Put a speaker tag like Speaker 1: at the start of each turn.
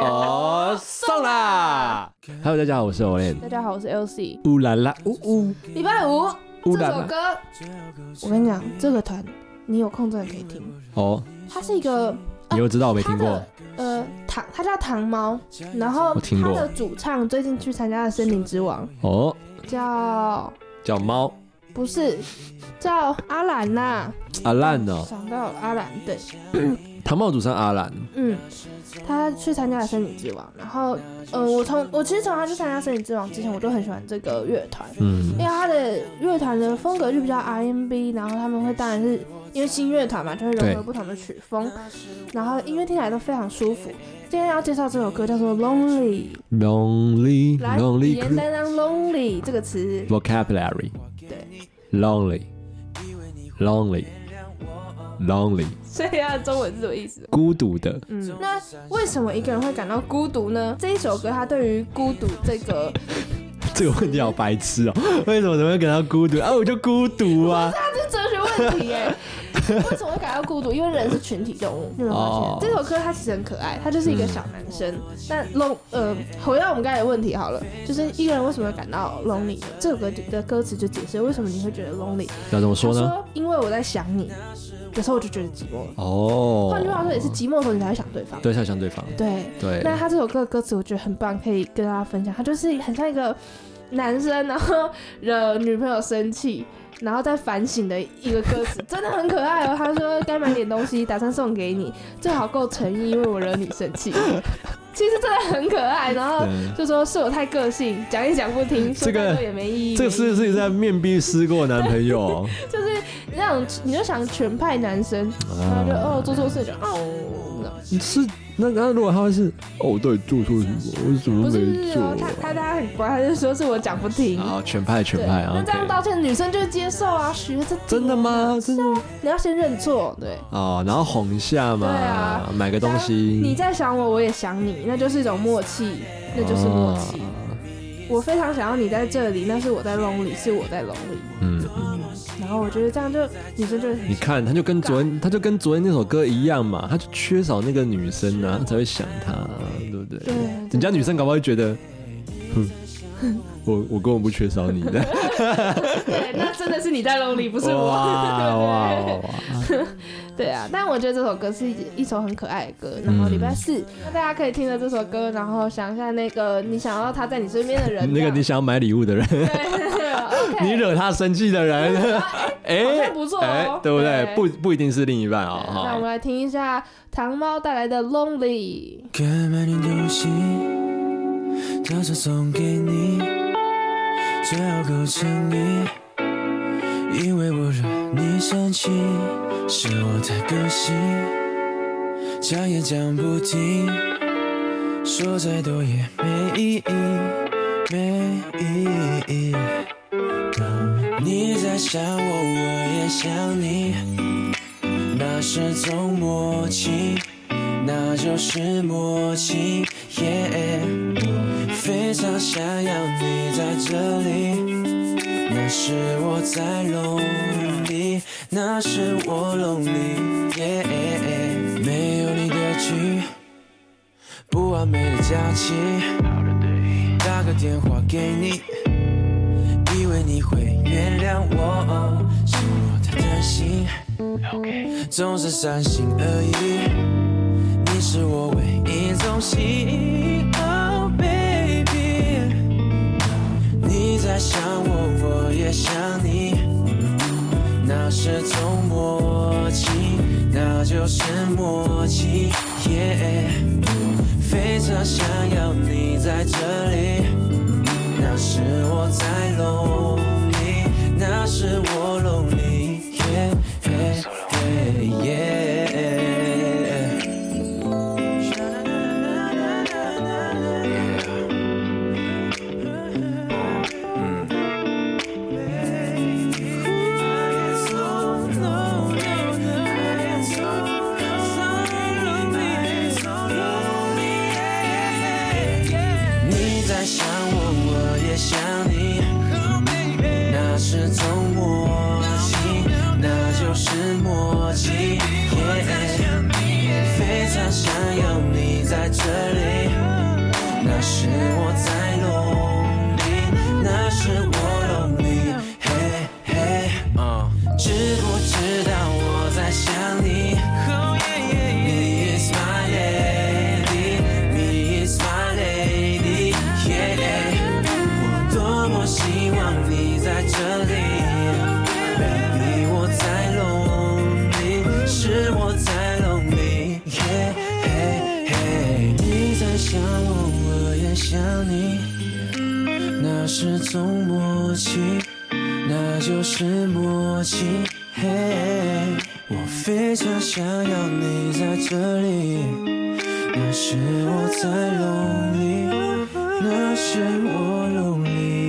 Speaker 1: 哦，送啦！Hello，大家好，我是 Olen。
Speaker 2: 大家好，我是 LC。
Speaker 1: 乌啦啦，呜呜，
Speaker 2: 礼拜五
Speaker 1: 乌
Speaker 2: 这
Speaker 1: 啦
Speaker 2: 首
Speaker 1: 啦，
Speaker 2: 歌，我跟你讲，这个团你有空真的可以听。
Speaker 1: 哦，
Speaker 2: 它是一个
Speaker 1: 你又知道我没
Speaker 2: 它
Speaker 1: 听过
Speaker 2: 的呃糖，它叫糖猫，然后
Speaker 1: 我听
Speaker 2: 它
Speaker 1: 过
Speaker 2: 的主唱最近去参加了《森林之王
Speaker 1: 哦，》，
Speaker 2: 叫
Speaker 1: 叫猫
Speaker 2: 不是叫阿兰呐、
Speaker 1: 阿烂哦，
Speaker 2: 想到了阿兰，对，
Speaker 1: 唐茂主唱阿烂，
Speaker 2: 嗯，他去参加了《森林之王》，然后呃，我从我其实从他去参加《森林之王》之前，我就很喜欢这个乐团。因
Speaker 1: 嗯
Speaker 2: 为他的乐团的风格就比较 R&B，然后他们会当然是因为新乐团嘛，就会融
Speaker 1: 对
Speaker 2: 合不同的曲风，然后音乐听起来都非常舒服。今天要介绍这首歌叫做《Lonely》，
Speaker 1: ，lonely
Speaker 2: 来语
Speaker 1: lonely
Speaker 2: 言担当 “lonely” 这个词，
Speaker 1: vocabulary
Speaker 2: 对，
Speaker 1: lonely lonely lonely
Speaker 2: 所以它的中文是什么意思？
Speaker 1: 孤独的，
Speaker 2: 嗯，那为什么一个人会感到孤独呢？这一首歌它对于孤独这个，
Speaker 1: 这个问题好白痴哦， 为什么人会感到孤独啊？我就孤独啊，
Speaker 2: 这是哲学问题 耶。为什么会感到孤独？因为人是群体动物，你有没有发现
Speaker 1: 哦
Speaker 2: 这首歌它其实很可爱，它就是一个小男生。但 lon 呃，回到我们刚才的问题好了，就是一个人为什么会感到 lonely？这首歌的歌词就解释为什么你会觉得 lonely。
Speaker 1: 要怎么
Speaker 2: 他
Speaker 1: 说呢？
Speaker 2: 说：“因为我在想你的时候，我就觉得寂寞了。
Speaker 1: 哦，
Speaker 2: 换句话说，也是寂寞的时候你才会想对方。
Speaker 1: 对象向对方，
Speaker 2: 对，
Speaker 1: 对，
Speaker 2: 那他这首歌的歌词我觉得很棒，可以跟大家分享。他就是很像一个男生，然后惹女朋友生气，然后再反省的一个歌词，真的很可爱哦。他说该买点东西，打算送给你，最好够诚意，因为我惹你生 气。其实真的很可爱，然后
Speaker 1: 嗯
Speaker 2: 就说是我太个性，讲也讲不听，说
Speaker 1: 这个
Speaker 2: 再多也没意义。
Speaker 1: 这个是不是在面壁思过男朋友 哦？
Speaker 2: 就是那种，你就想全派男生，然后就
Speaker 1: 啊
Speaker 2: 哦做错事就哦。
Speaker 1: 是那那如果他会是哦，对，做错什么？我什么
Speaker 2: 不是不
Speaker 1: 没啊
Speaker 2: 是
Speaker 1: 做
Speaker 2: 哦，他他他很乖，他就说是我讲不听。
Speaker 1: 然后全派全派
Speaker 2: 对那
Speaker 1: 啊
Speaker 2: 这样道歉，女生就会接受啊，学着
Speaker 1: 真的？吗？真的
Speaker 2: 你要先认错，对。
Speaker 1: 哦，然后哄一下嘛，
Speaker 2: 对啊
Speaker 1: 买个东西，
Speaker 2: 你在想我，我也想你，那就是一种默契，那就是默契。
Speaker 1: 哦
Speaker 2: 我非常想要你在这里，那是我在 lonely，是我在 lonely。
Speaker 1: 嗯，
Speaker 2: 然后我觉得这样就女生就会很
Speaker 1: 你看，他就跟昨
Speaker 2: 啊
Speaker 1: 天，他就跟昨天那首歌一样嘛，他就缺少那个女生啊，他才会想他、对不对？
Speaker 2: 对真的
Speaker 1: 人家女生搞不好会觉得，哼， 我我根本不缺少你的，
Speaker 2: 对，那真的是你在 lonely，不是 我。
Speaker 1: 哇哇哇！
Speaker 2: 对啊，但我觉得这首歌是一一首很可爱的歌。然后礼
Speaker 1: 嗯
Speaker 2: 拜四，那大家可以听着这首歌，然后想一下那个你想要他在你身边的人。
Speaker 1: 那个你想要买礼物的人，
Speaker 2: 这样对对 ，OK
Speaker 1: 你惹他生气的 人，
Speaker 2: 好
Speaker 1: 哎
Speaker 2: 像，不错
Speaker 1: 哎
Speaker 2: 哦，
Speaker 1: 对不对？
Speaker 2: 对
Speaker 1: 不不一定是另一半哦。
Speaker 2: 那我们
Speaker 1: 哈
Speaker 2: 来听一下糖猫带来的《Lonely》。
Speaker 3: 가만히 도시 젖어 손길니 저고 챙기 이외부를 니 선치 시원할 것이 자의 잠부팅 소재도 예 매일 매일 니在想我我也想你那是种默契那就是默契，耶、非常想要你在这里，那是我在笼里，那是我笼里，耶、没有你的剧，不完美的假期，打个电话给你，以为你会原谅我，是我太贪心，总是三心二意。你是我唯一中心，Oh baby，你在想我，我也想你，那是种默契，那就是默契，Yeah，非常想要你在这里，那是我在笼里，那是我笼里，Yeah，Yeah。yeah.你在想我，我也想你，那是种默契，那就是默契。非常想要你在这里，啊知道我在想你。Me is my lady, me is my lady, yeah. 我多么希望你在这里，Baby，我在 lonely，是我在 lonely，yeah, hey, hey 你在想我，我也想你，那是种默契。那就是默契。嘿，我非常想要你在这里，那是我在 lonely，那是我 lonely。